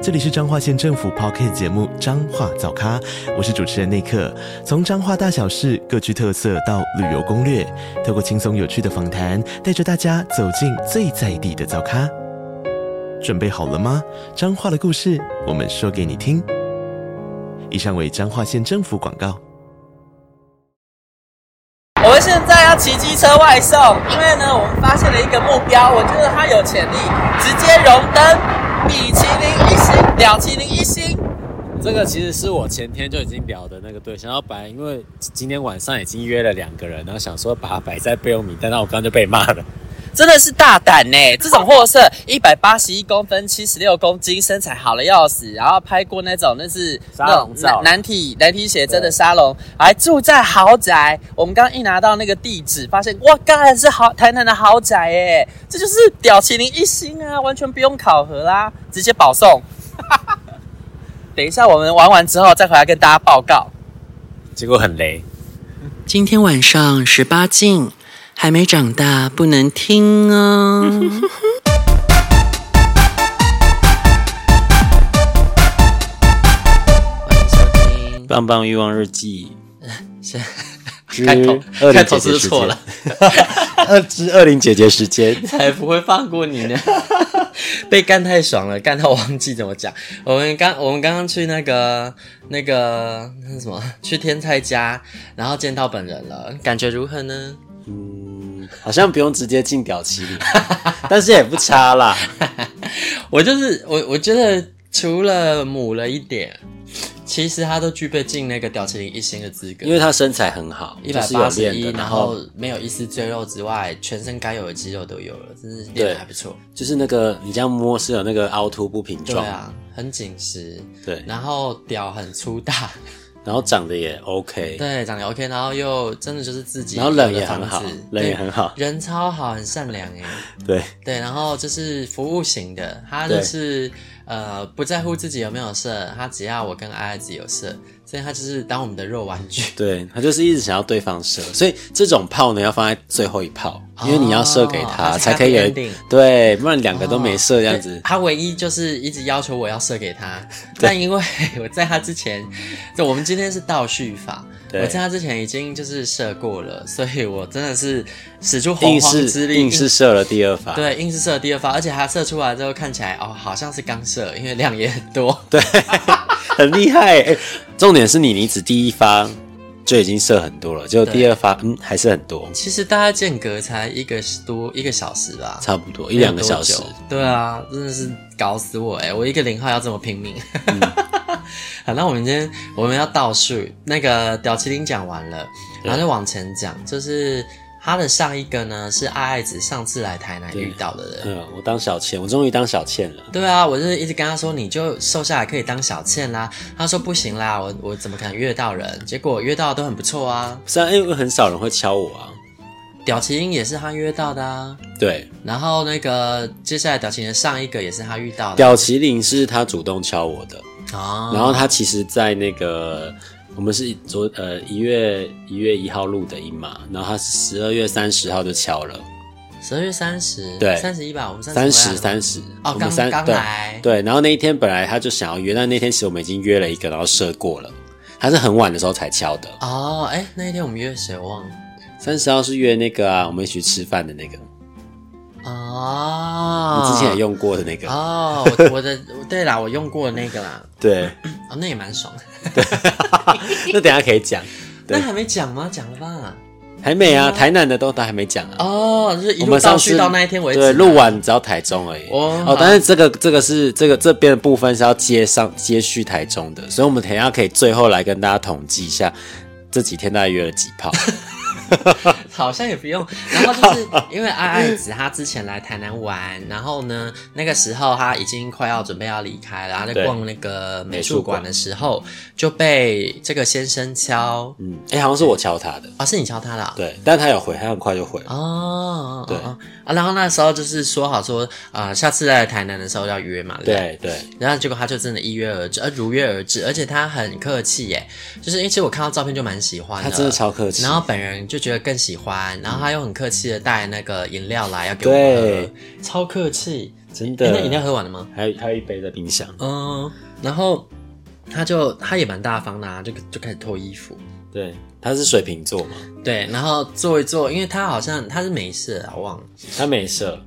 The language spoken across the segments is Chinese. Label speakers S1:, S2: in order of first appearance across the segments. S1: 这里是彰化县政府 p o c k t 节目《彰化早咖》，我是主持人内克。从彰化大小事各具特色到旅游攻略，透过轻松有趣的访谈，带着大家走进最在地的早咖。准备好了吗？彰化的故事，我们说给你听。以上为彰化县政府广告。
S2: 我们现在要骑机车外送，因为呢，我们发现了一个目标，我觉得它有潜力，直接荣登米其林一星、两麒麟一星。
S3: 这个其实是我前天就已经聊的那个对象，然后本来因为今天晚上已经约了两个人，然后想说把它摆在备用名单，但我刚刚就被骂了。
S2: 真的是大胆呢、这种货色一百八十一公分，七十六公斤，身材好的要死，然后拍过那种那是
S3: 沙
S2: 那种
S3: 龙照
S2: 男男体男体写真的沙龙，还住在豪宅。我们刚一拿到那个地址，发现哇，刚才是豪台南的豪宅哎、这就是屌麒麟一星啊，完全不用考核啦，直接保送。 等一下我们玩完之后再回来跟大家报告。
S3: 结果很雷，
S4: 今天晚上十八禁，还没长大不能听哦。
S2: 欢迎收听
S3: 棒棒欲望日记
S2: 是
S3: 之
S2: 开头
S3: 二
S2: 开
S3: 零
S2: 头
S3: 姐
S2: 是不是
S3: 姐时
S2: 错
S3: 间
S2: 了，，
S3: 二之二零姐姐 时间，
S2: 才不会放过你呢！ 被干太爽了，干到忘记怎么讲。我们刚我们刚刚去那个那个那是什么，去天菜家，然后见到本人了，感觉如何呢？
S3: 嗯，好像不用直接进屌麒 麟，但是也不差啦。
S2: 我就是我，我觉得除了母了一点，其实他都具备进那个屌麒麟一星的资格
S3: 因。为她身材很好，
S2: 一
S3: 就
S2: 百
S3: 是有
S2: 八十
S3: 练
S2: 一，
S3: 的，
S2: 然
S3: 然
S2: 后
S3: 后
S2: 没有一丝赘肉之外，全身该有的肌肉都有了，真是练
S3: 对
S2: 的还不错。
S3: 就是那个你这样摸是有那个凹凸不平
S2: 对
S3: 状，
S2: 啊，很紧实，
S3: 对
S2: 然后屌很粗 大，
S3: 然后长得也 OK，
S2: 对，长得 OK，然后又真的就是自己，
S3: 然后人也很好人也很好
S2: 人超好，很善良哎，
S3: 对，
S2: 对，然后就是服务型的，他
S3: 对
S2: 就是呃不在乎自己有没有射，他只要我跟阿爱子有射，所以他就是当我们的肉玩具。
S3: 对他就是一直想要对方射，所以这种炮呢要放在最后一炮，因为你要射给他、
S2: 哦
S3: 才可以有
S2: 啊 happy ending
S3: 对，不然两个 都没射
S2: 哦
S3: 这样子。
S2: 他唯一就是一直要求我要射给 他，但因为 我在他之前，就我们今天是倒叙法，
S3: 对
S2: 我在他之前已经就是射过了，所以我真的是使出洪
S3: 硬
S2: 荒啊之
S3: 是
S2: 力，
S3: 硬是射了第二发，
S2: 对硬是射第二发，而且他射出来之后看起来哦好像是刚射，因为量也很多。
S3: 对，很厉害、哎重点是你，你只第一发就已经射很多了，结果第二发嗯还是很多，
S2: 其实大概间隔才一个多一个小时吧，
S3: 差不多一两个小时
S2: 没有。多久。对啊，真的是搞死我哎、我一个零号要这么 拼命。
S3: 嗯
S2: 好，那我们今天我们要倒数那个屌麒麟讲完了，然后就往前讲，就是他的上一个呢是爱爱子上次来台南遇到的人。
S3: 嗯，我当小倩，我终于当小倩了。
S2: 对啊，我就是一直跟他说，你就瘦下来可以当小倩啦。他说不行啦，我我怎么可能约得到人？结果约到的都很不错啊，
S3: 虽然因为很少人会敲我啊，
S2: 屌麒麟也是他约到的啊。
S3: 对，
S2: 然后那个接下来屌麒麟的上一个也是他遇到的
S3: 屌麒麟是他主动敲我的，
S2: 啊，
S3: 然后他其实，在那个我们是昨呃一月一月一号录的音嘛，然后他是十二月三十号就敲了，
S2: 十二月三十，
S3: 对
S2: 三十一吧，我们
S3: 三十
S2: 回来了
S3: 三十
S2: 哦
S3: 我
S2: 刚
S3: 们三
S2: 刚
S3: 对
S2: 来
S3: 对，然后那一天本来他就想要约，但那天其实我们已经约了一个，然后射过了。他是很晚的时候才敲的，
S2: 哦，哎、那一天我们约谁我忘了
S3: 三十号是约那个啊，我们一起去吃饭的那个，
S2: 哦，
S3: 你之前也用过的那个，
S2: 哦，我我的对啦，我用过那个啦，
S3: 对，
S2: 哦，那也蛮爽的。
S3: 那等一下可以讲，对
S2: 那还没讲吗？讲了吧？
S3: 还没
S2: 嗯
S3: 啊，台南的都还没讲啊，
S2: 哦，就是一
S3: 我
S2: 路
S3: 们
S2: 到
S3: 上次
S2: 去到那一天为止，啊
S3: 对，录完只要台中而已。
S2: 哦
S3: 哦，
S2: 好
S3: 但是这个这个是这个这边的部分是要接上接续台中的，所以我们等 一下可以最后来跟大家统计一下这几天大概约了几炮。
S2: 好像也不用。然后就是 因为爱爱子她之前来台南玩，然后呢，那个时候她已经快要准备要离开了，她在
S3: 对
S2: 逛那个美
S3: 美
S2: 术
S3: 术
S2: 馆
S3: 馆
S2: 的时候就被这个先生敲，
S3: 嗯，哎、好像是我敲他的，
S2: 啊，是你敲他的啊、
S3: 对，但他有回，他很快就回。
S2: 哦哦，哦
S3: 对
S2: 哦啊，然后那时候就是说好说啊、下次来台南的时候要约嘛，对不对啊
S3: 对对，
S2: 然后结果他就真的一约而至，呃，如约而至，而且他很客气耶，就是因为其实我看到照片就蛮喜欢
S3: 他真的超客气
S2: 然后本人就觉得更喜欢，然后他又很客气的带那个饮料来要给我
S3: 对
S2: 们喝，超客气。
S3: 真
S2: 诶
S3: 的。
S2: 哎那饮料喝完了吗？
S3: 还有还有一杯在冰箱。
S2: 嗯，然后他就他也蛮大方的、啊，就就开始脱衣服。
S3: 对，他是水瓶座嘛，
S2: 对，然后坐一坐，因为他好像他是没事啊，我忘了。
S3: 他没射。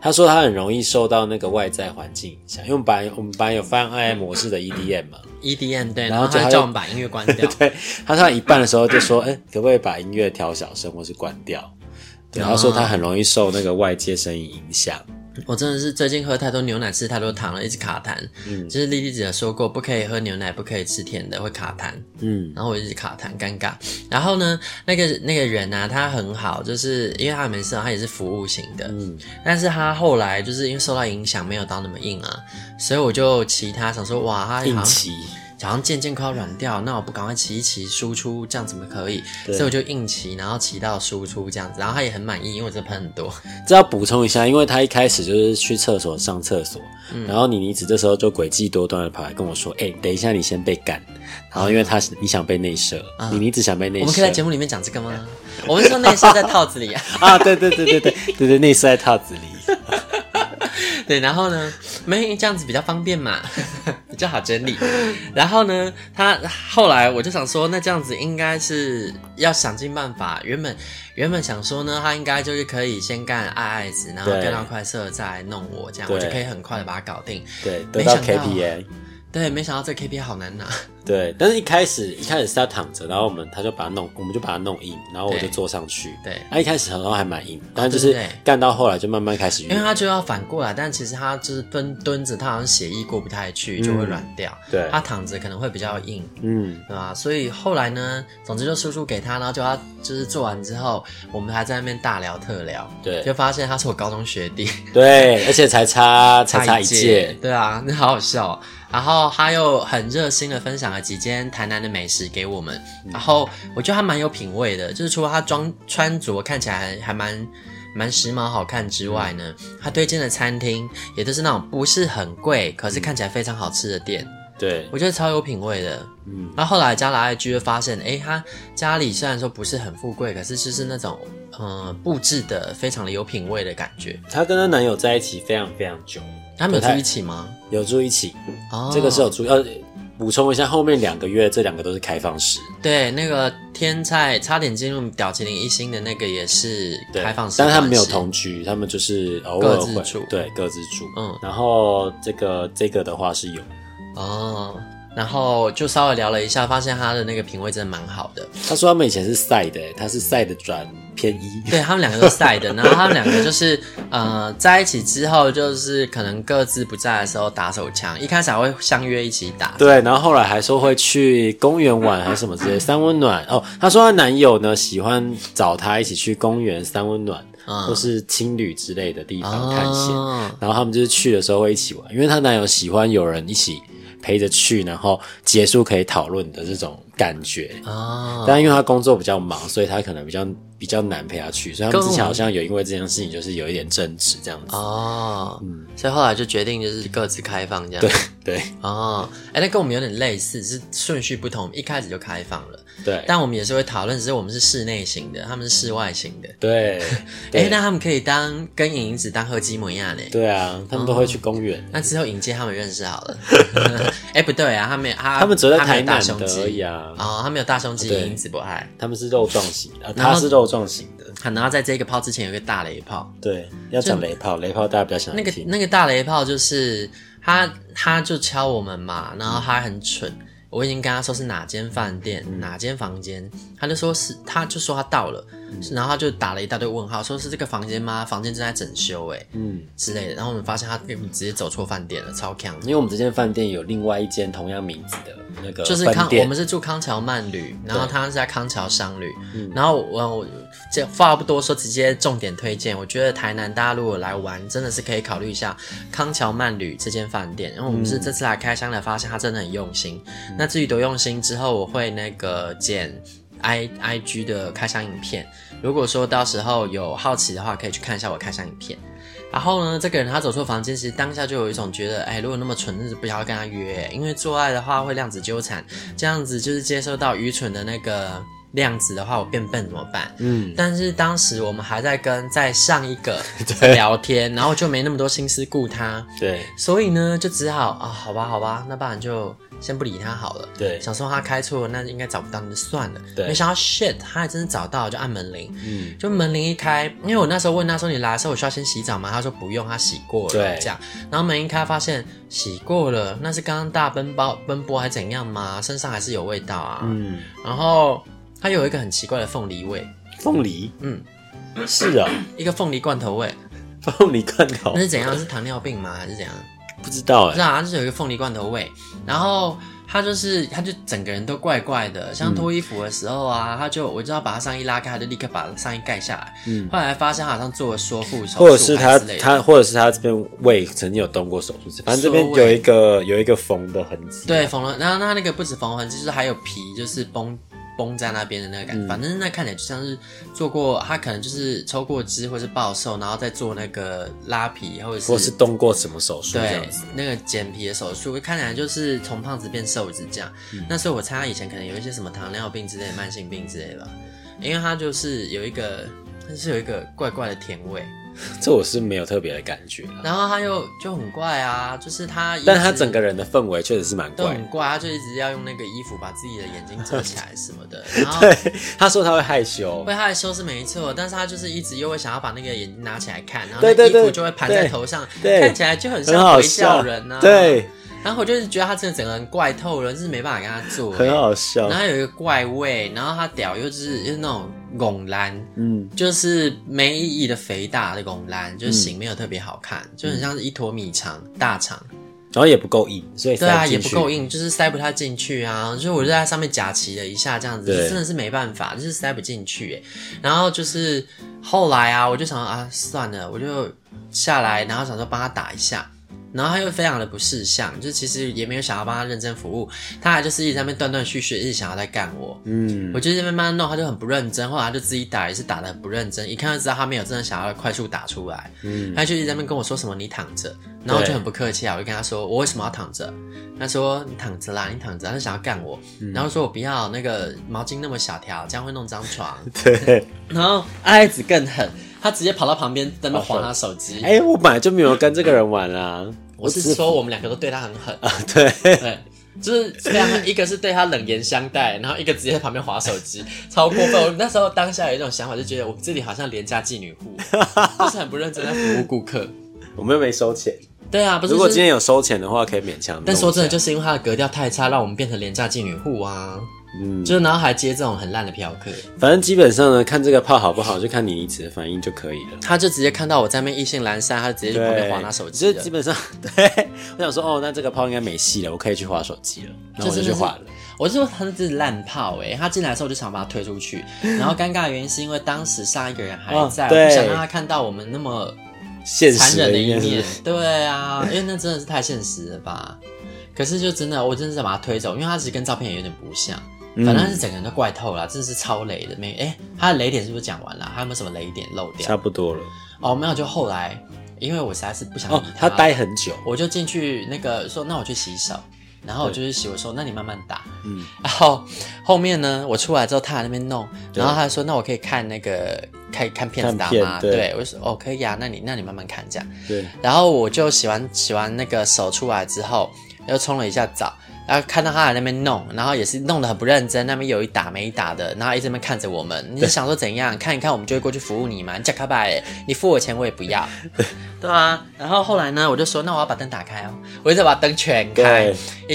S3: 他说他很容易受到那个外在环境影响，因为我们本来我们本来有放爱模式的 EDM 嘛，
S2: EDM E 对，然
S3: 然
S2: 后
S3: 后就
S2: 他
S3: 还有
S2: 叫我们把音乐 关掉，
S3: 对，他说到一半的时候就说，哎、可不可以把音乐调小声或是关掉？对，
S2: 啊
S3: 他说他很容易受那个外界声音影响，
S2: 我真的是最近喝太多牛奶，吃太多糖了，一直卡痰。
S3: 嗯
S2: 就是丽丽姐说过，不可以喝牛奶，不可以吃甜的，会卡痰。
S3: 嗯，
S2: 然后我一直卡痰，尴尬。然后呢，那个那个人啊，他很好，就是因为他没事，他也是服务型的。
S3: 嗯
S2: 但是他后来就是因为受到影响，没有到那么硬啊，所以我就骑他，想说哇，他哎好
S3: 硬
S2: 像
S3: 期，
S2: 好像渐渐快要软掉，那我不赶快骑一骑输出，这样怎么可以？
S3: 对
S2: 所以我就硬骑，然后骑到输出这样子，然后他也很满意，因为我真的喷很 多。
S3: 这要补充一下，因为他一开始就是去厕所上厕所，
S2: 嗯
S3: 然后妮妮子这时候就诡计多端的跑来跟我说，哎、等一下你先被干，然后因为他你想被内射，妮妮子想被内
S2: 啊
S3: 射，
S2: 我们可以在节目里面讲这个吗？我们说那时候在套子里、啊。
S3: 啊，对对对对对对对，内射在套子里，
S2: 对，然后呢，没这样子比较方便嘛， 比较好整理。然后呢，他后来我就想说，那这样子应该是要想尽办法。原本原本想说呢，他应该就是可以先干爱爱子，然后
S3: 对
S2: 干到快射再弄我，这样
S3: 对
S2: 我就可以很快的把它搞定。
S3: 对，
S2: 没
S3: 得到
S2: 想到啊
S3: KPI。
S2: 对，没想到这 KP 好难拿。
S3: 对，但是一开始一开始是他躺着，然后我们他就把他弄，我们就把他弄硬，然后我
S2: 对
S3: 就坐上去。
S2: 对哦
S3: 他、一开始好像还蛮硬，但就
S2: 对
S3: 是
S2: 对对
S3: 干到后来就慢慢开始
S2: 因为
S3: 晕。
S2: 他就要反过来，但其实他就是蹲蹲着，他好像血液过不太去，就会
S3: 嗯
S2: 软掉。
S3: 对
S2: 他躺着可能会比较硬。
S3: 嗯，
S2: 对吧、所以后来呢，总之就输出给他，然后就他就是做完之后，我们还在那边大聊特聊，
S3: 对
S2: 就发现他是我高中学弟，
S3: 对，而且才差才差一届，
S2: 对啊，那好好笑、哦。然后他又很热心的分享了几间台南的美食给我们，
S3: 嗯
S2: 然后我觉得他蛮有品味的，就是除了他装穿着看起来还还蛮蛮时髦好看之外呢，
S3: 嗯
S2: 他推荐的餐厅也都是那种不是很贵，可
S3: 嗯
S2: 是看起来非常好吃的店，
S3: 对，
S2: 我觉得超有品味的。
S3: 嗯，
S2: 然后后来加了 IG 就发现，诶，他家里虽然说不是很富贵，可是就是那种嗯、呃布置的非常的有品味的感觉。
S3: 她跟她男友在一起非常非常久，
S2: 他们有
S3: 不太
S2: 住一起吗？
S3: 有住一起，
S2: 哦，
S3: 这个是有住呃。补充一下，后面两个月这两个都是开放式，
S2: 对那个天菜差点进入屌麒麟一星的那个也是
S3: 对，
S2: 开放式，
S3: 但是他们没有。同居，他们就是偶
S2: 各
S3: 尔
S2: 自
S3: 会
S2: 住
S3: 对，各自住。
S2: 嗯
S3: 嗯，然后这个这个的话是有，
S2: 哦，然后就稍微聊了一下，发现他的那个品味真的蛮好的。
S3: 他说他们以前是赛的，他是赛的转偏一，
S2: 对他们两个都晒的，然后他们两个就是呃在一起之后，就是可能各自不在的时候打手枪，一开始还会相约一起打。
S3: 对，然后后来还说会去公园玩还是什么之类， 三温暖哦。她说她男友呢喜欢找她一起去公园、三温暖、
S2: 嗯
S3: 或是青旅之类的地方探险，
S2: 哦，
S3: 然后他们就是去的时候会一起玩，因为她男友喜欢有人一起陪着去，然后结束可以讨论的这种感觉。
S2: 哦，
S3: 但因为她工作比较忙，所以她可能比较比较难陪她去，所以他们之前好像有因为这件事情就是有一点争执这样子。
S2: 哦，所以后来就决定就是各自开放这样。
S3: 嗯对对
S2: 哦，哎、那跟我们有点类似，是顺序不同，一开始就开放了，
S3: 对，
S2: 但我们也是会讨论，只是我们是室内型的，他们是室外型的。
S3: 对
S2: 哎、
S3: 对
S2: 那他们可以当跟影影子当喝鸡模样呢？
S3: 对啊，他们都会去公园。
S2: 那之后迎接他们认识好 了。哎、不对啊，他们他
S3: 他们只有在台
S2: 他没有大
S3: 南
S2: 胸
S3: 的而已
S2: 肌
S3: 啊，
S2: 哦，他们有大胸肌，
S3: 对
S2: 影子不爱。
S3: 他们是肉状型的，啊
S2: 然后
S3: 他是肉状型的，
S2: 好，然后在这个泡之前有一个大雷炮，
S3: 对，要讲雷炮，雷炮大家比较想
S2: 那个
S3: 听，
S2: 那个大雷炮就是他，他就敲我们嘛，然后他很蠢，我已经跟他说是哪间饭店、哪间房间，他就说是，他就说他到了，然后他就打了一大堆问号，说是这个房间吗？房间正在整修哎、
S3: 嗯，
S2: 之类的，然后我们发现他根本直接走错饭店了，超强。
S3: 因为我们这间饭店有另外一间同样名字的，那个
S2: 就是
S3: 饭
S2: 康，
S3: 店
S2: 我们是住康桥慢旅，然后
S3: 对嗯
S2: 他是在康桥商旅，然后我我这话不多说，直接重点推荐。我觉得台南大家如果来玩，真的是可以考虑一下康桥慢旅这间饭店，因为我们
S3: 嗯
S2: 是这次来开箱才发现他真的很用心。那至于多用心，之后我会那个剪 i i g 的开箱影片。如果说到时候有好奇的话，可以去看一下我开箱影片。然后呢，这个人他走出房间，其实当下就有一种觉得，哎，如果那么蠢，那就不要跟他约，因为做爱的话会量子纠缠，
S3: 嗯
S2: 这样子就是接收到愚蠢的那个量子的话，我变笨怎么办？嗯，但是当时我们还在跟在上一 个聊天，然后就没那么多心思顾他，
S3: 对
S2: 所以呢，就只好啊，好吧，好吧，那不然就先不理他好了。
S3: 对
S2: 想说他开错了，那应该找不到，那就算了。
S3: 对
S2: 没想到 shit，他还真的找到了，就按门铃。嗯，就门铃一开，因为我那时候问他说：“你来的时候我需要先洗澡吗？”他说：“不用，他洗过了。”
S3: 对
S2: 这样。然后门一开，发现洗过了，那是刚刚大奔波奔波还怎样吗？身上还是有味道啊。
S3: 嗯，
S2: 然后他有一个很奇怪的凤梨味，
S3: 凤梨
S2: 嗯，
S3: 是啊，
S2: 一个凤梨罐头味，
S3: 凤梨罐头
S2: 那是怎样？是糖尿病吗？还是怎样？
S3: 不知道
S2: 不
S3: 哎、
S2: 是啊，就是有一个凤梨罐头味，然后他就是他就整个人都怪怪的，像脱衣服的时候啊，他就我就要把他上衣拉开，他就立刻把上衣盖下来。
S3: 嗯
S2: 后来发现他好像做了缩腹手术，
S3: 或者是他
S2: 之类的
S3: 他，或者是他这边胃曾经有动过手术，反正这边
S2: 缩
S3: 有
S2: 胃
S3: 一个有一个缝的痕迹。
S2: 对缝了，然后他那个不止缝痕，就是还有皮就是绷绷在那边的那个感觉，
S3: 嗯
S2: 反正那看起来就像是做过他可能就是抽过脂或是暴瘦，然后再做那个拉皮或者
S3: 或是动过什么手术这
S2: 对
S3: 样子。，
S2: 那个减皮的手术，看起来就是从胖子变瘦子这样。
S3: 嗯
S2: 那时候我猜他以前可能有一些什么糖尿病之类、慢性病之类的吧，因为他就是有一个，他是有一个怪怪的甜味，
S3: 这我是没有特别的感觉啦，
S2: 然后他又就很怪啊，就是他一直，
S3: 但他整个人的氛围确实是蛮
S2: 都
S3: 怪
S2: 很
S3: 的。
S2: 怪，他就一直要用那个衣服把自己的眼睛遮起来什么的， 然后。
S3: 对，他说他会害羞
S2: 为，他的羞是没错，但是他就是一直又会想要把那个眼睛拿起来看，然后
S3: 对
S2: 那
S3: 对
S2: 衣服
S3: 对
S2: 就会盘在
S3: 对
S2: 头上，
S3: 对
S2: 看起来就很
S3: 很
S2: 像
S3: 好
S2: 回教
S3: 笑
S2: 人呐、啊。
S3: 对，
S2: 然后我就是觉得他真的整个人怪透了，就是没办法跟他做、
S3: 很好笑
S2: 然。后有一个怪味，然后他屌又就是就是那种拱蓝，
S3: 嗯，
S2: 就是没意义的肥大的拱蓝，就是型没有特别好看，就很像是一坨米肠大肠。
S3: 然后也不够硬，所以
S2: 对啊，
S3: 塞
S2: 也
S3: 进
S2: 不
S3: 去
S2: 够硬，就是塞不太进去啊。就是我就在上面夹骑了一下，这样子
S3: 对
S2: 就真的是没办法，就是塞不进去耶。然后就是后来啊，我就想啊，算了，我就下来，然后想说帮他打一下。然后他又非常的不识相，就其实也没有想要帮他认真服务，他还就是一直在那边断断续续，一直想要在干我。
S3: 嗯，
S2: 我就是慢慢弄，他就很不认真，后来他就自己打也是打的很不认真，一看就知道他没有真的想要快速打出来，嗯，他就一直在那边跟我说什么你躺着，然后我就很不客气啊，我就跟他说我为什么要躺着，他说你躺着啦，你躺着，他就想要干我，然后说我不要那个毛巾那么小条，这样会弄脏床，
S3: 对，
S2: 然后爱子更狠，他直接跑到旁边在那边划他手机，
S3: 哎、我本来就没有跟这个人玩啦，
S2: 我是
S3: 只
S2: 说我们两个都对他很狠，
S3: 啊，对，
S2: 对，就是非常，一个是对他冷言相待，然后一个直接在旁边划手机，超过分。我那时候当下有一种想法，就觉得我们这里好像廉价妓女户，就是很不认真在服务顾客。
S3: 我们又没收钱。
S2: 对啊，不是。
S3: 如果
S2: 就
S3: 今
S2: 是
S3: 天有收钱的话，可以勉强弄一下。
S2: 但说真的，就是因为他的格调太差，让我们变成廉价妓女户啊！
S3: 嗯，
S2: 就是然后还接这种很烂的嫖客，
S3: 反正基本上呢，看这个泡好不好，就看你离子的反应就可以了。
S2: 他就直接看到我在那边意兴阑珊，他就直接去旁边划他手
S3: 就
S2: 机
S3: 是
S2: 了
S3: 基。本上， 对我想说，哦，那这个泡应该没戏了，我可以去划手机了，然后我就去划了。
S2: 我就说他是烂炮哎、欸，他进来的时候我就想把他推出去，然后尴尬的原因是因为当时上一个人还在，我
S3: 哦
S2: 不想
S3: 对
S2: 让他看到我们那么
S3: 现
S2: 残
S3: 实
S2: 忍的一
S3: 一
S2: 面
S3: 面是，。
S2: 对啊，因为那真的是太现实了吧。可是就真的，我真的是把他推走，因为他其实跟照片也有点不像，
S3: 嗯
S2: 反正是整个人都怪透了，真的是超雷的。没，哎、他的雷点是不是讲完了？还有没有什么雷点漏
S3: 差
S2: 掉？
S3: 不多了。
S2: 哦，没有，就后来，因为我实在是不想理
S3: 哦，他
S2: 了
S3: 待很久，
S2: 我就进去那个说，那我去洗手，然后我就去洗，我说那你慢慢打，
S3: 嗯
S2: 嗯，然后后面呢，我出来之后他还在那边弄，
S3: 对
S2: 然后他说那我可以看那个看看片子打
S3: 看
S2: 吗？
S3: 片对
S2: 对，我就说哦可以啊，那你那你慢慢看这样，
S3: 对，
S2: 然后我就洗完洗完那个手出来之后，又冲了一下澡。然后看到他在那边弄，然后也是弄得很不认真，那边有一打没一打的，然后一直在那边看着我们。你是想说怎样？看一看我们就会过去服务你吗？你假卡拜，你付我钱我也不 要。对啊，然后后来呢，我就说那我要把灯打开哦，我一直把灯全开
S3: 对，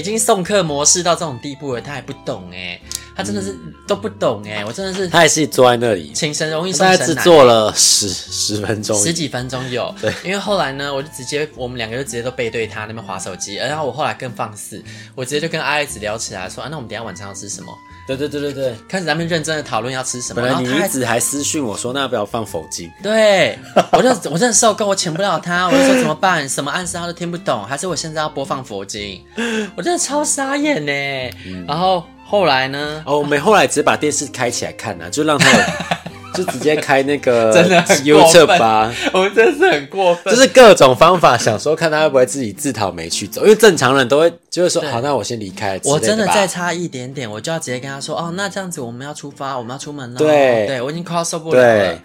S2: 已经送客模式到这种地步了，他还不懂哎、他真的是都不懂哎、我真的是
S3: 他也是坐在那里，
S2: 请神容易送
S3: 大概
S2: 神
S3: 制
S2: 难。欸
S3: 作了十十分钟，
S2: 十几分钟有，因为后来呢，我就直接我们两个就直接都背对他那边划手机，然后我后来更放肆，我直接就跟 Alex 聊起来说，啊，那我们等一下晚上要吃什么？
S3: 对对对对对。
S2: 开始咱们认真的讨论要吃什么，
S3: 本来
S2: 然后
S3: 你
S2: 他还
S3: 一直还私讯我说，那要不要放否精？
S2: 对，我就我真的受够，我请不了他，我就说怎么办？什么暗示他都听不懂，还是我现在要播放佛经？我真的超傻眼呢。
S3: 嗯
S2: 然后后来 呢？
S3: 哦，我们后来只把电视开起来看啊，就让他 有就直接开那个
S2: 真的很过分
S3: YouTube 啊，
S2: 我们真的是很过分，
S3: 就是各种方法，想说看他会不会自己自讨没趣走，因为正常人都会就是说，
S2: 对
S3: 好，那我先离开之类
S2: 我
S3: 吧。
S2: 真的再差一点点，我就要直接跟他说，哦，那这样子我们要出发，我们要出门了。
S3: 对
S2: 对我已经快要受不了
S3: 对
S2: 了。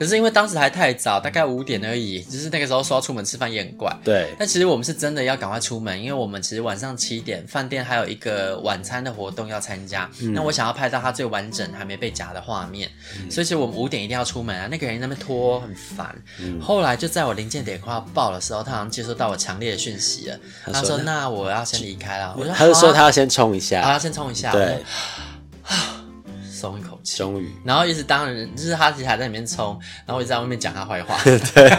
S2: 可是因为当时还太早，大概五点而已，就是那个时候说要出门吃饭也很怪。
S3: 对
S2: 但其实我们是真的要赶快出门，因为我们其实晚上七点，饭店还有一个晚餐的活动要参加。
S3: 嗯
S2: 那我想要拍到它最完整还没被夹的画面，所以其实我们五点一定要出门啊。那个人在那边拖很烦。
S3: 嗯
S2: 后来就在我临界点快要爆的时候，他好像接收到我强烈的讯息了。
S3: 他
S2: 他
S3: 说
S2: 说：“那我要先离开了。”我说：“
S3: 他就
S2: 好啊
S3: 说他要先冲一下，
S2: 啊，先冲一下，
S3: 对，
S2: 我 松一口气。
S3: 终于
S2: 然后一直当人，就是他其实还在里面冲，然后我一直在外面讲他坏话。
S3: 对，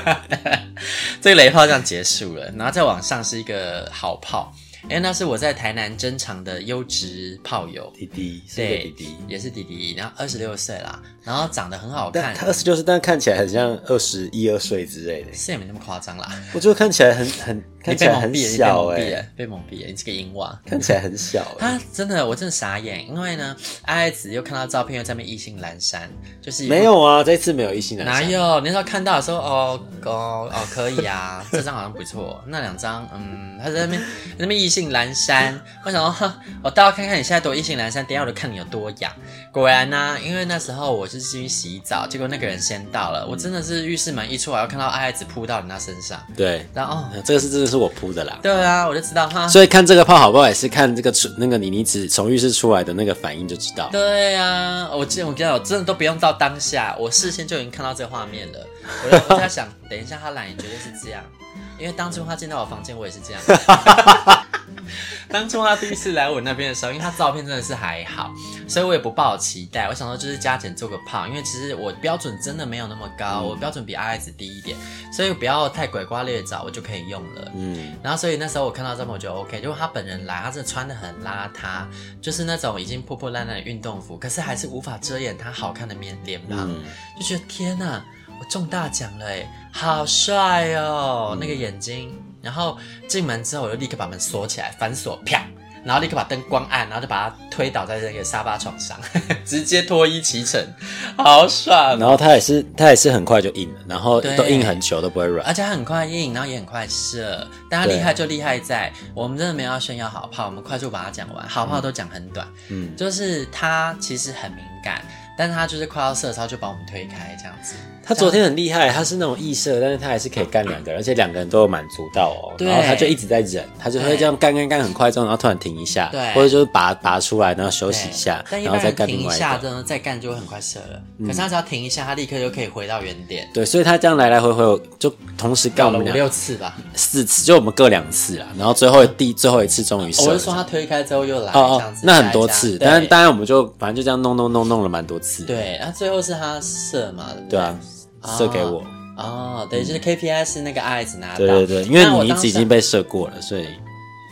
S2: 这个雷炮这样结束了，然后再往上是一个好炮，哎，那是我在台南珍藏的优质炮友，
S3: 弟弟是一
S2: 对，
S3: 个弟弟，
S2: 也是弟弟，然后二十六岁啦，然后长得很好
S3: 但
S2: 看，
S3: 他二十六岁，但看起来很像二十一二岁之类的，
S2: 是也没那么夸张啦，
S3: 我觉得看起来很很看
S2: 你
S3: 起
S2: 被
S3: 来
S2: 蒙
S3: 很
S2: 蔽了，你被蒙蔽
S3: 小哎，
S2: 了，被蒙蔽了，你这个淫娃。
S3: 看起来很小哎，
S2: 他真的，我真的傻眼，因为呢，爱子又看到照片，又在那边意兴阑珊，就是
S3: 没有啊，这次没有异性男
S2: 哪
S3: 生，
S2: 有？你那时候看到的时候，哦哦哦，可以啊，这张好像不错，那两张，嗯，他在那边那边意兴阑珊，我想说，哼 我倒要看看你现在多意兴阑珊，等一下我就看你有多痒。果然呢、因为那时候我是去洗澡，结果那个人先到了，我真的是浴室门一出来，我看到爱爱子扑到人家身上，
S3: 对，
S2: 然后、哦，
S3: 这个是真的是我铺的啦。
S2: 对啊，我就知道哈。
S3: 所以看这个泡好不好，也是看这个出那个妮妮子从浴室出来的那个反应就知道。
S2: 对啊，我记得我跟你讲，我真的都不用到当下，我视线就已经看到这画面了。我就我在想，等一下他来，绝对是这样，因为当初他进到我房间，我也是这样。当初他第一次来我那边的时候，因为他照片真的是还好，所以我也不抱有期待。我想说就是加减做个胖，因为其实我标准真的没有那么高，我标准比阿 S 低一点，所以不要太拐瓜裂枣，我就可以用了。
S3: 嗯，
S2: 然后所以那时候我看到这么我觉得 OK，结果他本人来，他真的穿的很邋遢，就是那种已经破破烂烂的运动服，可是还是无法遮掩他好看的面脸庞，
S3: 嗯
S2: 就觉得天哪，我中大奖了哎，好帅哦，那个眼睛。然后进门之后，我就立刻把门锁起来，反锁啪，然后立刻把灯光暗，然后就把他推倒在那个沙发床上， 直接脱衣启程，好爽哦！
S3: 然后他也是他也是很快就硬了，然后
S2: 对
S3: 都硬很久都不会软。
S2: 而且它很快硬，然后也很快射。但它
S3: 对
S2: 厉害就厉害在，我们真的没有要炫耀好炮，我们快速把它讲完。好炮都讲很短，
S3: 嗯，
S2: 就是它其实很敏感，但是它就是快要射的时候就把我们推开这样子。
S3: 他昨天很厉害，他是那种异射，但是他还是可以干两个人，而且两个人都有满足到哦。
S2: 对
S3: 然后他就一直在忍，他就会这样干干干很快之后，然后突然停一下，
S2: 对
S3: 或者就是拔拔出来，然后休
S2: 休
S3: 息一下，
S2: 但一
S3: 然后
S2: 般
S3: 再
S2: 人
S3: 干
S2: 停
S3: 另
S2: 一
S3: 外
S2: 下，
S3: 一个。嗯
S2: 真的再干就会很快射了。可是它只要停一下，它立刻就可以回到原点，
S3: 对，所以他这样来来回回就同时
S2: 搞
S3: 干我
S2: 了
S3: 们
S2: 五
S3: 两
S2: 六次吧。
S3: 四次，就我们各两次啦。然后最后第最后一次终于射
S2: 我
S3: 了。
S2: 是说它推开之后又来
S3: 哦
S2: 这样
S3: 哦
S2: 子，，
S3: 那
S2: 加
S3: 很
S2: 一
S3: 多
S2: 加
S3: 次，
S2: 对
S3: 但是当然我们就反正就这样弄弄弄弄了蛮多次，
S2: 对，那最后是他射嘛，对不
S3: 对啊，射给我，
S2: 哦，对，就是 KPI 是那个爱子拿到，
S3: 对对对，因为
S2: 那我
S3: 你一
S2: 当
S3: 直已
S2: 下
S3: 经被射过了，所以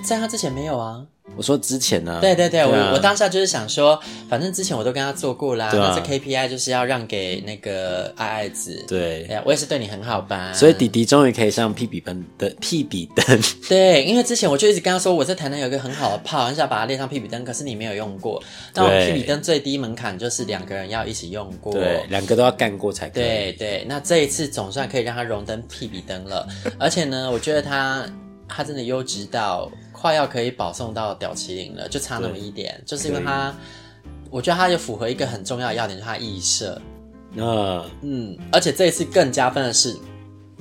S2: 在他之前没有啊。
S3: 我说之前呢，
S2: 对对对，
S3: 啊
S2: 我我当下就是想说，反正之前我都跟他做过啦，
S3: 对
S2: 那
S3: 啊
S2: 这 KPI 就是要让给那个爱爱子。哎
S3: 对，
S2: 呀，我也是对你很好吧。
S3: 所以弟弟终于可以上屁比灯的屁比灯，
S2: 对，因为之前我就一直跟他说，我在台南有一个很好的炮，很想把它列上屁比灯，可是你没有用过。那我们
S3: 对
S2: 屁比灯最低门槛就是两个人要一起用过。
S3: 对，两个都要干过才可以，
S2: 对对，那这一次总算可以让他荣登屁比登 了，而且呢，我觉得他他真的优质到快要可以保送到屌麒麟了，就差那么一点，就是因为他，我觉得他也符合一个很重要的要点，就是他的意识，
S3: 那
S2: 嗯，而且这一次更加分的是，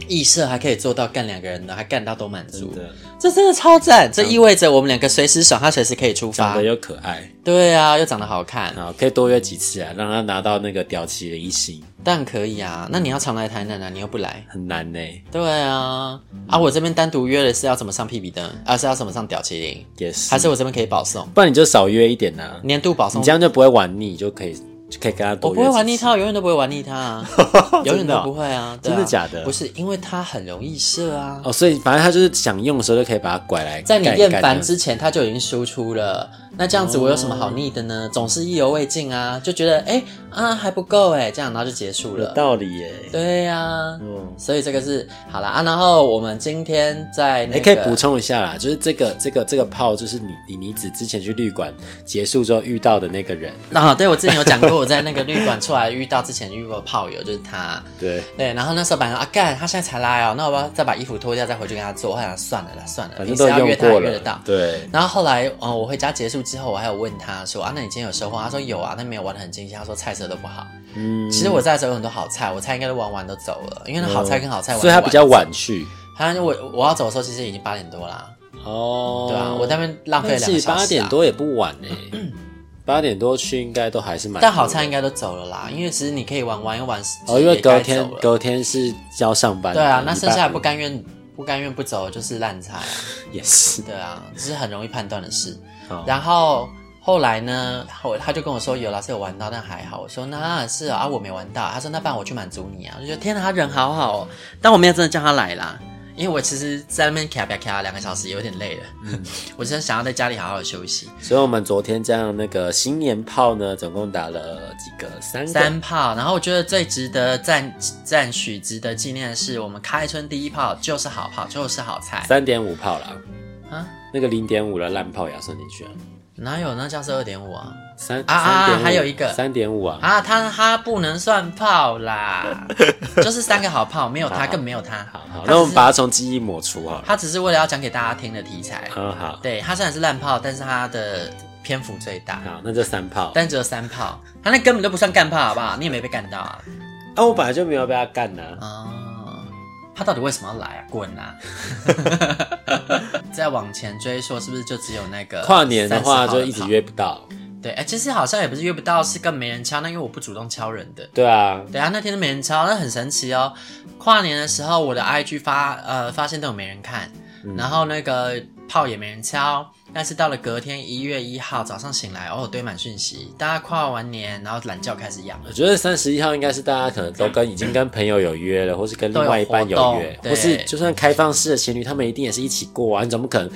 S2: 异社还可以做到干两个人的，还干到都满足
S3: 真，的
S2: 这真的超赞！这意味着我们两个随时爽，他随时可以出
S3: 长
S2: 发
S3: 得。又可爱，
S2: 对啊，又长得好看，
S3: 好可以多约几次啊，让他拿到那个屌旗的一星，
S2: 但可以啊。那你要常来台南啊，你又不来。
S3: 很难呢、
S2: 对啊，啊，我这边单独约的是要怎么上屁比灯，啊是要怎么上屌麒麟，
S3: 也是，
S2: 还是我这边可以保送
S3: 不然你就少约一点啊，
S2: 年度保送
S3: 你这？样就不会玩腻，就可以就可以跟他
S2: 我
S3: 多
S2: 不
S3: 约
S2: 会
S3: 几次。
S2: 玩腻他，我永远都不会玩腻他啊，永远
S3: 真的
S2: 都
S3: 哦
S2: 不会啊。
S3: 真的
S2: 对啊
S3: 假的
S2: 不是，因为他很容易射啊。
S3: 哦，所以反正他就是想用的时候就可以把他拐来嗯
S2: 在你
S3: 干一干这样子，
S2: 厌烦之前，他就已经输出了。那这样子，我有什么好腻的
S3: 哦
S2: 呢？总是意犹未尽啊，就觉得哎、啊还不够哎、这样然后就结束
S3: 有
S2: 了。
S3: 道理耶、
S2: 对呀、
S3: 嗯，
S2: 所以这个是好啦啊。然后我们今天在
S3: 你、
S2: 那个、
S3: 哎可以补充一下啦，就是这个这个这个炮，就是你你你子之前去旅馆结束之后遇到的那个人，
S2: 啊，对我之前有讲过，我在那个旅馆出来遇到之前遇过炮友，就是他。
S3: 对，
S2: 对，然后那时候本来说啊干，他现在才来哦，那我要不要再把衣服脱掉再回去跟他做？我想算了啦，算了，
S3: 反
S2: 呃平
S3: 正
S2: 时
S3: 都
S2: 要
S3: 用
S2: 约他
S3: 过
S2: 也约得
S3: 了
S2: 到，。
S3: 对，
S2: 然后后来，嗯，我回家结束之后，我还有问他说啊，那你今天有收获？他说有啊，但没有玩的很尽兴。他说菜色都不好。
S3: 嗯，哦
S2: 其实我在的时候有很多好菜，我菜应该都玩完都走了，因为那好菜跟好菜玩、
S3: 所以他比较。晚去
S2: 他我我要走的时候，其实已经八点多啦，
S3: 哦
S2: 对啊，我在那边浪费了两
S3: 自
S2: 个
S3: 己
S2: 小时、啊。
S3: 八点，多也不晚呢、欸 八点多去应该都还是蛮多的，
S2: 但好菜应该都走了啦，因为其实你可以玩玩一玩，
S3: 哦，因为
S2: 也
S3: 隔
S2: 该
S3: 天
S2: 走了
S3: 隔天是要上班的，
S2: 对啊，那
S3: 礼
S2: 剩下
S3: 拜
S2: 来
S3: 五
S2: 不甘愿不甘愿不走的就是烂菜、啊，
S3: 也是，
S2: 对啊，这是很容易判断的事。
S3: 好
S2: 然后后来呢，后他就跟我说有啦，是有玩到，但还好。我说那是啊，啊我没玩到。他说那不然我去满足你啊。我就觉得天哪，他人好好哦，但我没有真的叫他来啦。因为我其实在那边卡吧卡两个小时，有点累了。 我真的想要在家里好好休息。
S3: 所以我们昨天这样那个新年炮呢，总共打了几个？三个。
S2: 三炮，然后我觉得最值得赞赞许、值得纪念的是，我们开春第一炮就是好炮，就是好菜
S3: 三点五炮啦，
S2: 啊！
S3: 那个零点五的烂炮也要算进去啊。
S2: 哪有那叫是二点五啊？
S3: 三
S2: 啊啊
S3: 3.5
S2: 还有一个
S3: 三点五啊，
S2: 啊，他他不能算炮 啦，就是三个好炮，没有
S3: 好
S2: 他更没有他。
S3: 好好，
S2: 他
S3: 那
S2: 只
S3: 我们
S2: 是
S3: 把它从记忆抹除好了。
S2: 他只是为了要讲给大家听的题材。
S3: 嗯，好，
S2: 对他虽然是烂炮，但是他的篇幅最大，
S3: 好，那就三炮。
S2: 但只有三炮，他那根本就不算干炮，好不好？你也没被干到啊。
S3: 啊，我本来就没有被他干呐、啊。
S2: 哦，他到底为什么要来啊？滚 啊！再往前追溯，是不是就只有那个
S3: 跨年的话
S2: 30号
S3: 就一直
S2: 炮
S3: 约不到。
S2: 对，哎、其实好像也不是约不到，是跟没人敲。那因为我不主动敲人的，
S3: 对啊，
S2: 对啊，那天都没人敲，那很神奇哦。跨年的时候，我的 IG 发呃发现都有没人看，
S3: 嗯
S2: 然后那个炮也没人敲，但是到了隔天一月一号早上醒来，哦，堆满讯息，大家跨完年，然后懒觉开始养。
S3: 我觉得三十一号应该是大家可能都跟已经跟朋友有约了，或是跟另外一半有约，
S2: 都有活动
S3: 或是
S2: 对
S3: 就算开放式的情侣，他们一定也是一起过啊，你怎么可能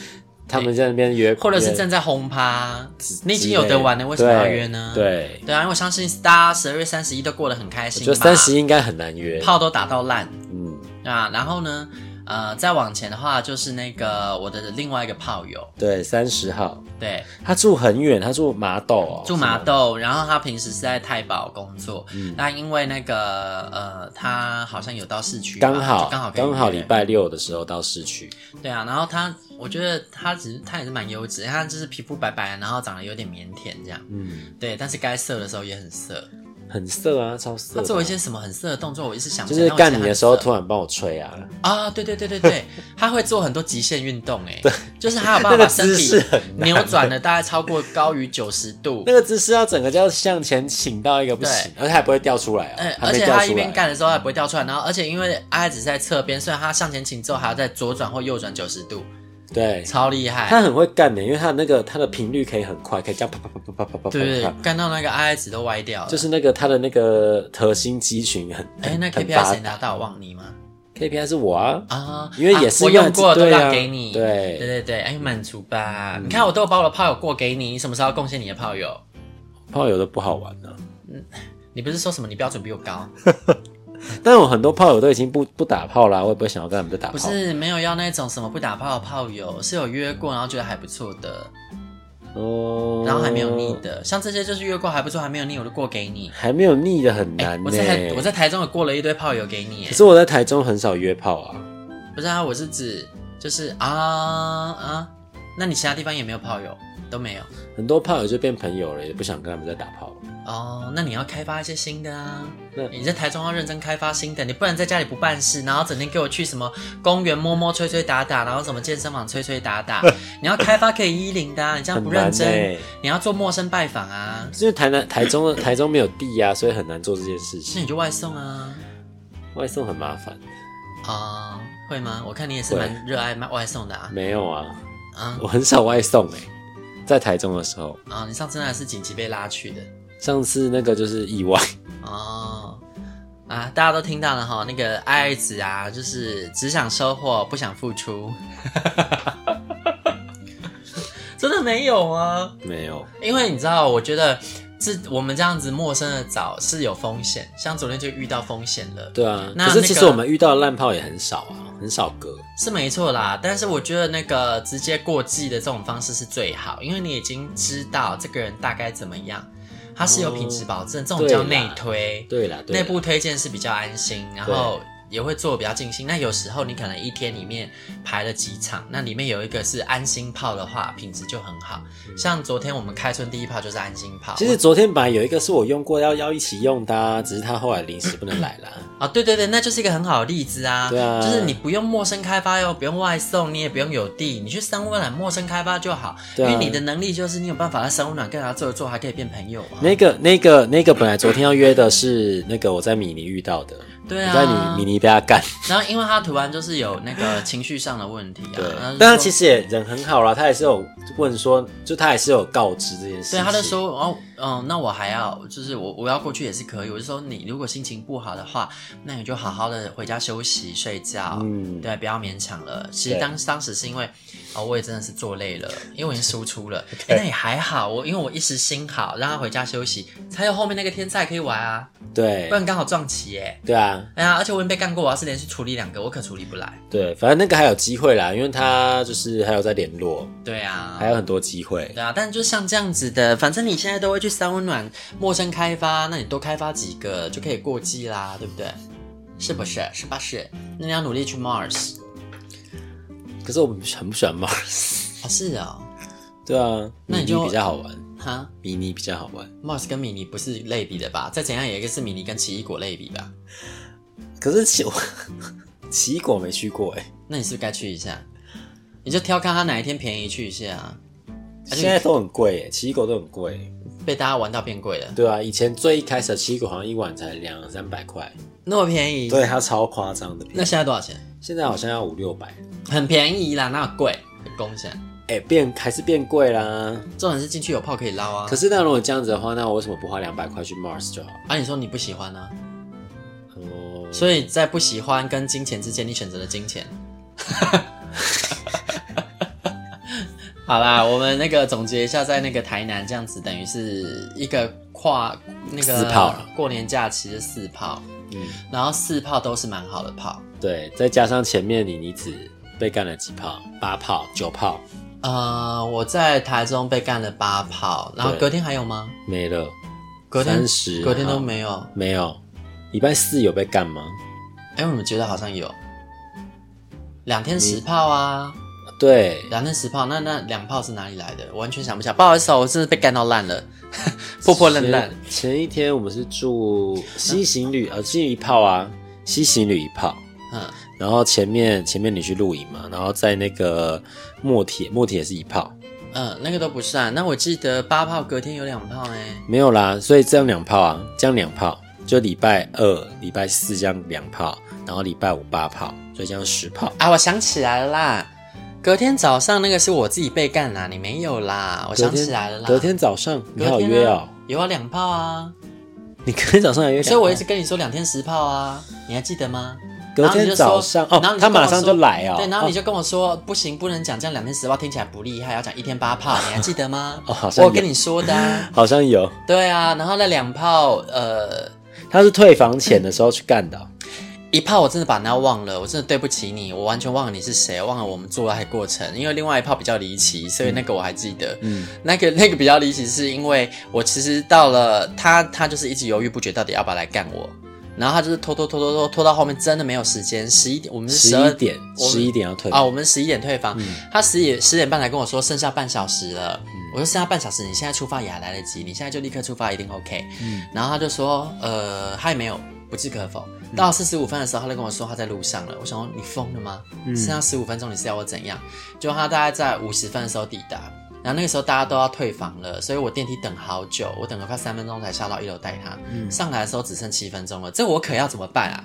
S3: 他们在那边约？
S2: 或者是
S3: 约
S2: 正在轰趴，你已
S3: 之
S2: 经有得玩了，
S3: 类的
S2: 为什么要约呢？
S3: 对，对
S2: 对啊，因为我相信大家十二月三十一都过得很开
S3: 我
S2: 心
S3: 觉
S2: 吧，
S3: 得三十应该很难约。
S2: 炮都打到烂，
S3: 嗯，
S2: 啊，然后呢，呃，再往前的话就是那个我的另外一个炮友，
S3: 对，三十号，
S2: 对，
S3: 他住很远，他住麻豆哦，
S2: 住麻豆，然后他平时是在太保工作，
S3: 嗯
S2: 那因为那个呃，他好像有到市区
S3: 是
S2: 吧，
S3: 吗，刚好
S2: 就刚好可以
S3: 刚好
S2: 约
S3: 礼拜六的时候到市区，
S2: 对啊，然后他我觉得他只是他也是蛮优质，他就是皮肤白白，然后长得有点腼腆这样，
S3: 嗯，
S2: 对，但是该色的时候也很色，
S3: 很色啊，超色的
S2: 他
S3: 啊。
S2: 做一些什么很色的动作，我一直想不
S3: 就
S2: 起
S3: 是
S2: 来
S3: 干你的时候。
S2: 但我记得他很色
S3: 突然帮我吹啊，
S2: 啊，对对对对 对，他会做很多极限运动，哎，就是他有办法
S3: 那个
S2: 把身
S3: 姿
S2: 体
S3: 势很难
S2: 扭转了大概超过高于九十度
S3: 那，个姿势要整个就要向前倾到一个不行，而且还不会掉出来
S2: 呃
S3: 哦，还
S2: 而
S3: 没
S2: 且
S3: 掉
S2: 他一
S3: 出
S2: 边
S3: 来。嗯
S2: 干的时候还不会掉出来，然后而且因为他只是在侧边，所以他向前倾之后还要再左转或右转九十度，
S3: 对，
S2: 超厉
S3: 他
S2: 害。
S3: 很会干的，因为他那个他的频率可以很快，可以这样啪啪啪啪啪啪啪啪
S2: 对
S3: 啪，
S2: 干到那个 I 值都歪掉了。
S3: 就是那个他的那个核心肌群很
S2: 哎，那
S3: 很
S2: KPI
S3: 发
S2: 谁拿到？忘你吗？
S3: KPI 是我啊，
S2: 啊，
S3: 因为也
S2: 啊
S3: 是
S2: 我用
S3: 用
S2: 过都
S3: 对啊
S2: 让给你。
S3: 对
S2: 对
S3: 嗯
S2: 对对，哎，满足吧。你看我都有把我的炮友过给你，你什么时候要贡献你的炮友？
S3: 炮友都不好玩啊呢。
S2: 你不是说什么你标准比我高？
S3: 但我很多炮友都已经不不打炮啦，我也不会想要跟他们再打炮。
S2: 不是没有要那种什么不打炮的炮友，是有约过然后觉得还不错的，
S3: 哦，
S2: 然后还没有腻，的，像这些就是约过还不错，还没有腻我就过给你。
S3: 还没有腻的很
S2: 哎
S3: 难
S2: 我
S3: 呢、
S2: 在台我在台中也过了一堆炮友给你
S3: 可，是我在台中很少约炮啊，
S2: 不是啊，我是指就是啊啊，那你其他地方也没有炮友，都没有。
S3: 很多炮友就变朋友了，也不想跟他们再打炮了。
S2: 哦，那你要开发一些新的啊！
S3: 那
S2: 你在台中要认真开发新的，你不能在家里不办事，然后整天给我去什么公园摸摸、吹吹打打，然后什么健身房吹吹打 打。你要开发可以一零的、啊，你这样不认真，
S3: 很难欸
S2: 你要做陌生拜访啊，
S3: 因为台南、台中 的台中没有地呀、所以很难做这件事
S2: 那
S3: 情
S2: 你。就外送啊
S3: 外送很麻烦，
S2: 啊、会吗？我看你也是蛮热爱卖外送的啊
S3: 没有啊，
S2: 啊
S3: 我很少外送哎、在台中的时候，
S2: 啊！你上次那是紧急被拉去的
S3: 上次那个就是意外，
S2: 哦。啊，大家都听到了哈，那个爱爱子啊，就是只想收获，不想付出， 真的没有啊。
S3: 没有，
S2: 因为你知道，我觉得这我们这样子陌生的找是有风险，像昨天就遇到风险了，
S3: 对啊。
S2: 那
S3: 可是其
S2: 那
S3: 实
S2: 个
S3: 我们遇到的烂炮也很少啊，很少割。
S2: 是没错啦。但是我觉得那个直接过季的这种方式是最好，因为你已经知道这个人大概怎么样，他是有品质保证，这种叫内推，
S3: 对啦，对啦
S2: 内部推荐是比较安心，然后。也会做得比较尽心。那有时候你可能一天里面排了几场，那里面有一个是安心炮的话，品质就很好。像昨天我们开春第一炮就是安心炮，
S3: 嗯其实昨天本来有一个是我用过要要一起用的、啊，只是他后来临时不 能来啦。
S2: 啊，对对对，那就是一个很好的例子啊。
S3: 对啊
S2: 就是你不用陌生开发哟，不用外送，你也不用有地，你去生温暖陌生开发就好。
S3: 对啊
S2: 因为你的能力就是你有办法在生温暖跟人家做一做，还可以变朋友啊。
S3: 那个、那个、那个，本来昨天要约的是那个我在米尼遇到的，
S2: 对
S3: 我
S2: 啊，
S3: 在米米尼被他干。
S2: 然后因为他突然就是有那个情绪上的问题啊，
S3: 对
S2: 然后就，
S3: 但他
S2: 说
S3: 其实也人很好啦，他也是有问说，就他也是有告知这件事情。
S2: 对，他就说哦，嗯，那我还要，就是我我要过去也是可以。我就说你如果心情不好的话，那你就好好的回家休息睡觉，
S3: 嗯
S2: 对，不要勉强了。其实
S3: 对
S2: 当当时是因为哦，我也真的是做累了，因为我已经输出 了。哎、那也还好，我因为我一时心好，让他回家休息，才有后面那个天才可以玩啊，
S3: 对
S2: 不，然刚好撞齐耶。
S3: 对啊，
S2: 哎呀，而且我已经被干过，我要是连续处理两个，我可处理不来。
S3: 对，反正那个还有机会啦，因为他就是还有在联络，
S2: 对啊，
S3: 还有很多机会。
S2: 对啊，但就像这样子的，反正你现在都会去三温暖陌生开发，那你多开发几个就可以过季啦，对不对？是不是？是不是？那你要努力去 Mars。
S3: 可是我们很不喜欢 Mars，
S2: 啊，是哦，
S3: 对啊，
S2: 那你就
S3: 米尼比较好玩，
S2: 哈
S3: 米尼比较好玩。
S2: ，Mars 跟米妮不是类比的吧？再怎样也一个是米妮跟奇异果类比吧？
S3: 可是奇 奇异果没去过哎、
S2: 那你是不是该去一下？你就挑看它哪一天便宜去一下啊，且
S3: 现在都很贵哎、奇异果都很贵、
S2: 被大家玩到变贵了，
S3: 对啊，以前最一开始的奇异果好像一碗才两三百块，
S2: 那么便宜？
S3: 对，它超夸张的。
S2: 那现在多少钱？
S3: 现在好像要五六百，
S2: 很便宜啦，哪有贵？公享。
S3: 哎、变还是变贵啦。
S2: 重点是进去有炮可以捞啊
S3: 可。是那如果这样子的话，那我为什么不花两百块去 Mars 就好？
S2: 啊，你说你不喜欢呢、啊？
S3: 哦，
S2: 所以在不喜欢跟金钱之间，你选择了金钱。 好啦，我们那个总结一下，在那个台南这样子，等于是一个跨那个
S3: 四炮了
S2: 过年假期的四炮，
S3: 嗯，
S2: 然后四炮都是蛮好的炮。
S3: 对，再加上前面你你只被干了几炮，八炮、九炮
S2: 呃，我在台中被干了八炮，然后
S3: 对啊
S2: 隔天还有吗？
S3: 没了，
S2: 隔天
S3: 30
S2: 隔天都没有。
S3: 没有。礼拜四有被干吗？
S2: 哎、我怎么觉得好像有？两天十炮啊，
S3: 对，
S2: 两天十炮，那那两炮是哪里来的？我完全想不起来。不好意思、哦，我真的被干到烂了， 破破烂烂。
S3: 前。前一天我们是住西行旅，呃，西行旅一炮啊，西行旅一炮。
S2: 嗯，
S3: 然后前面前面你去露营嘛，然后在那个墨铁，墨铁也是一炮，
S2: 嗯，那个都不算。那我记得八炮隔天有两炮哎、
S3: 没有啦，所以这样两炮啊，这样两炮，就礼拜二、礼拜四这样两炮，然后礼拜五八炮，所以这样十炮。
S2: 啊，我想起来了啦，隔天早上那个是我自己被干啦，你没有啦，我想起来了啦。
S3: 隔天早上
S2: 隔
S3: 你
S2: 天
S3: 还
S2: 啊
S3: 有约哦，
S2: 有啊，两炮啊，
S3: 你隔天早上还约两炮，
S2: 所以我一直跟你说两天十炮啊，你还记得吗？
S3: 隔天早上
S2: 然后你就说
S3: 哦
S2: 然后你就
S3: 他马
S2: 跟我说
S3: 上就来哦
S2: 对，然后你就跟我说、不行，不能讲这样两天十炮听起来不厉害，要讲一天八炮，你还记得吗？
S3: 哦好像
S2: 我
S3: 有
S2: 跟你说的、啊。
S3: 哦好像有，
S2: 对啊，然后那两炮，呃，
S3: 他是退房前的时候去干的哦、
S2: 一炮我真的把那忘了，我真的对不起你，我完全忘了你是谁，忘了我们做爱过程，因为另外一炮比较离奇，所以那个我还记得。嗯，那个那个比较离奇，是因为我其实到了他，他就是一直犹豫不决，到底要不要来干我。然后他就是拖拖拖拖拖拖到后面真的没有时间，嗯十一点我们是
S3: 十
S2: 12
S3: 一点
S2: 我们
S3: 十一点要退
S2: 啊，
S3: 房，
S2: 我们十一点退房，他十点十点半来跟我说剩下半小时了，我说剩下半小时，你现在出发也还来得及，你现在就立刻出发，一定 OK。然后他就说，呃，他也没有不置可否。到四十五分的时候，他就跟我说他在路上了。我想说你疯了吗？剩下十五分钟你是要我怎样？就他大概在五十分的时候抵达，然后那个时候大家都要退房了，所以我电梯等好久，我等了快三分钟才下到一楼带他。上来的时候只剩七分钟了，这我可要怎么办啊？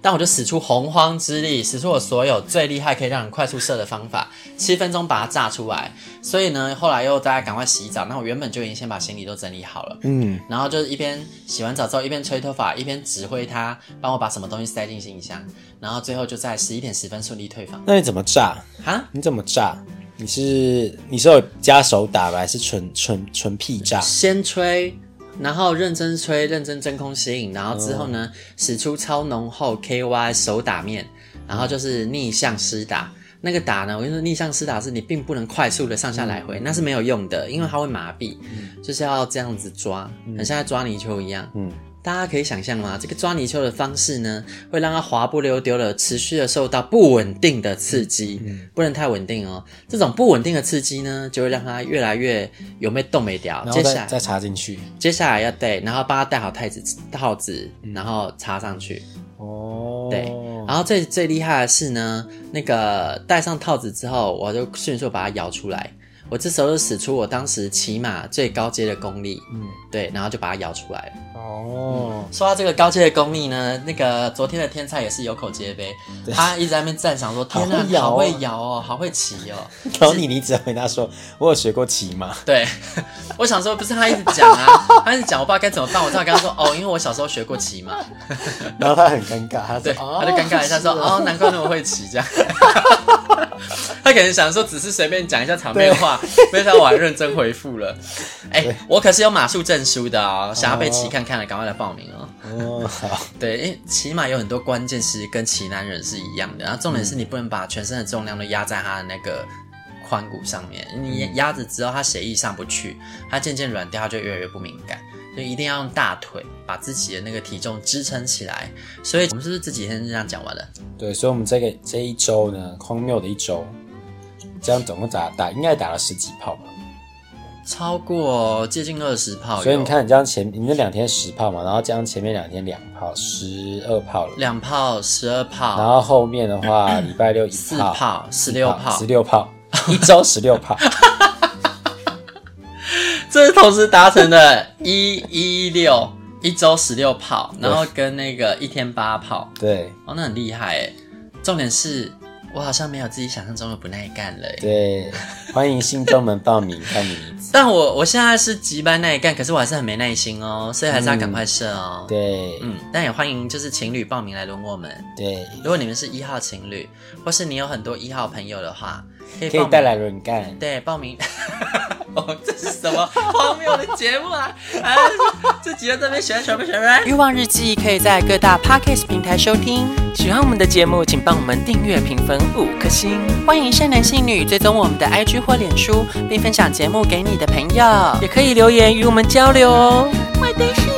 S2: 但我就使出洪荒之力，使出我所有最厉害可以让人快速射的方法，七分钟把它炸出来。所以呢，后来又大家赶快洗澡，那我原本就已经先把行李都整理好了，
S5: 嗯，
S2: 然后就是一边洗完澡之后，一边吹头发，一边指挥他帮我把什么东西塞进行李箱，然后最后就在十一点十分顺利退房。
S3: 那你怎么炸？
S2: 哈，
S3: 你怎么炸？你是你是有加手打吧，还是纯纯纯屁炸？
S2: 先吹，然后认真吹，认真真空吸引，然后之后
S3: 哦
S2: 呢，使出超浓厚 KY 手打面，然后就是逆向施打。那个打呢，我跟你说，逆向施打是你并不能快速的上下来
S3: 嗯
S2: 回，那是没有用的，因为它会麻痹，就是要这样子抓，很像在抓泥鳅一样。
S3: 嗯
S2: 大家可以想象吗？这个抓泥鳅的方式呢，会让它滑不溜丢的，持续的受到不稳定的刺激，
S3: 嗯
S2: 不能太稳定哦。这种不稳定的刺激呢，就会让它越来越有没动没掉。
S3: 然
S2: 接
S3: 后
S2: 下
S3: 再
S2: 来
S3: 再插进去。
S2: 接下来要对，然后帮他戴好太子套子，
S3: 嗯
S2: 然后插上去。
S3: 哦，
S2: 对然后最最厉害的是呢，那个戴上套子之后，我就迅速把它摇出来。我这时候就使出我当时骑马最高阶的功力，
S3: 嗯，
S2: 对，然后就把它摇出来了。
S3: 哦，
S2: 说到这个高阶的功力呢，那个昨天的天菜也是有口皆碑，他一直在那边赞赏说：“天哪，
S3: 好会摇哦
S2: 好会摇哦，好会骑 哦。”
S3: 然后你你只回答说，我有学过骑马，
S2: 对，我想说，不是他一直讲啊，他一直讲，我不知道该怎么办。我只好跟他说：“哦，因为我小时候学过骑马。”
S3: 然后他很尴尬，他
S2: 对，
S3: 说哦
S2: 他就尴尬一下说：“哦，难怪那么会骑 这样。”他可能想说只是随便讲一下场面话，没想到我还认真回复了。哎、我可是有马术证书的哦，想要被骑看看的，赶快来报名哦。
S3: 哦，好，
S2: 对，因为骑马有很多关键是跟骑男人是一样的，然后重点是
S3: 嗯
S2: 你不能把全身的重量都压在他的那个髋骨上面，你压着之后他血液上不去，他渐渐软掉，他就越来越不敏感。所以一定要用大腿把自己的那个体重支撑起来。所以我们是不是这几天就这样讲完了？
S3: 对，所以我们这个这一周呢，荒谬的一周，这样总共打打应该打了十几炮吧。
S2: 超过接近二十炮，
S3: 所以你，看，你这样前你那两天十炮嘛，然后这样前面两天两炮，十二炮了。
S2: 两炮、十二
S3: 然
S2: 炮、
S3: 后后面的话，礼拜六一
S2: 四炮、十六炮
S3: 十，六炮，一周十 六炮。
S2: 这是同时达成的 一一六一周十六炮，然后跟那个一天八炮，
S3: 对
S2: 哦，那很厉害哎。重点是我好像没有自己想象中的不耐干了欸诶。
S3: 对，欢迎信众们报名，看你
S2: 但我我现在是极班耐干，可是我还是很没耐心哦，所以还是要赶快射哦。，
S3: 嗯对
S2: 嗯，但也欢迎就是情侣报名来轮我们。
S3: 对，
S2: 如果你们是一号情侣，或是你有很多一号朋友的话，可以
S3: 可
S2: 报
S3: 以
S2: 名
S3: 带来轮干。
S2: 对，报名。 哦，这是什么荒谬的节目啊！啊，这集在这边选选不选选。
S6: 欲望日记可以在各大 podcast 平台收听。喜欢我们的节目，请帮我们订阅、评分五颗星。欢迎善男信女追踪我们的 IG 或脸书，并分享节目给你的朋友，也可以留言与我们交流哦。我的世啊啊啊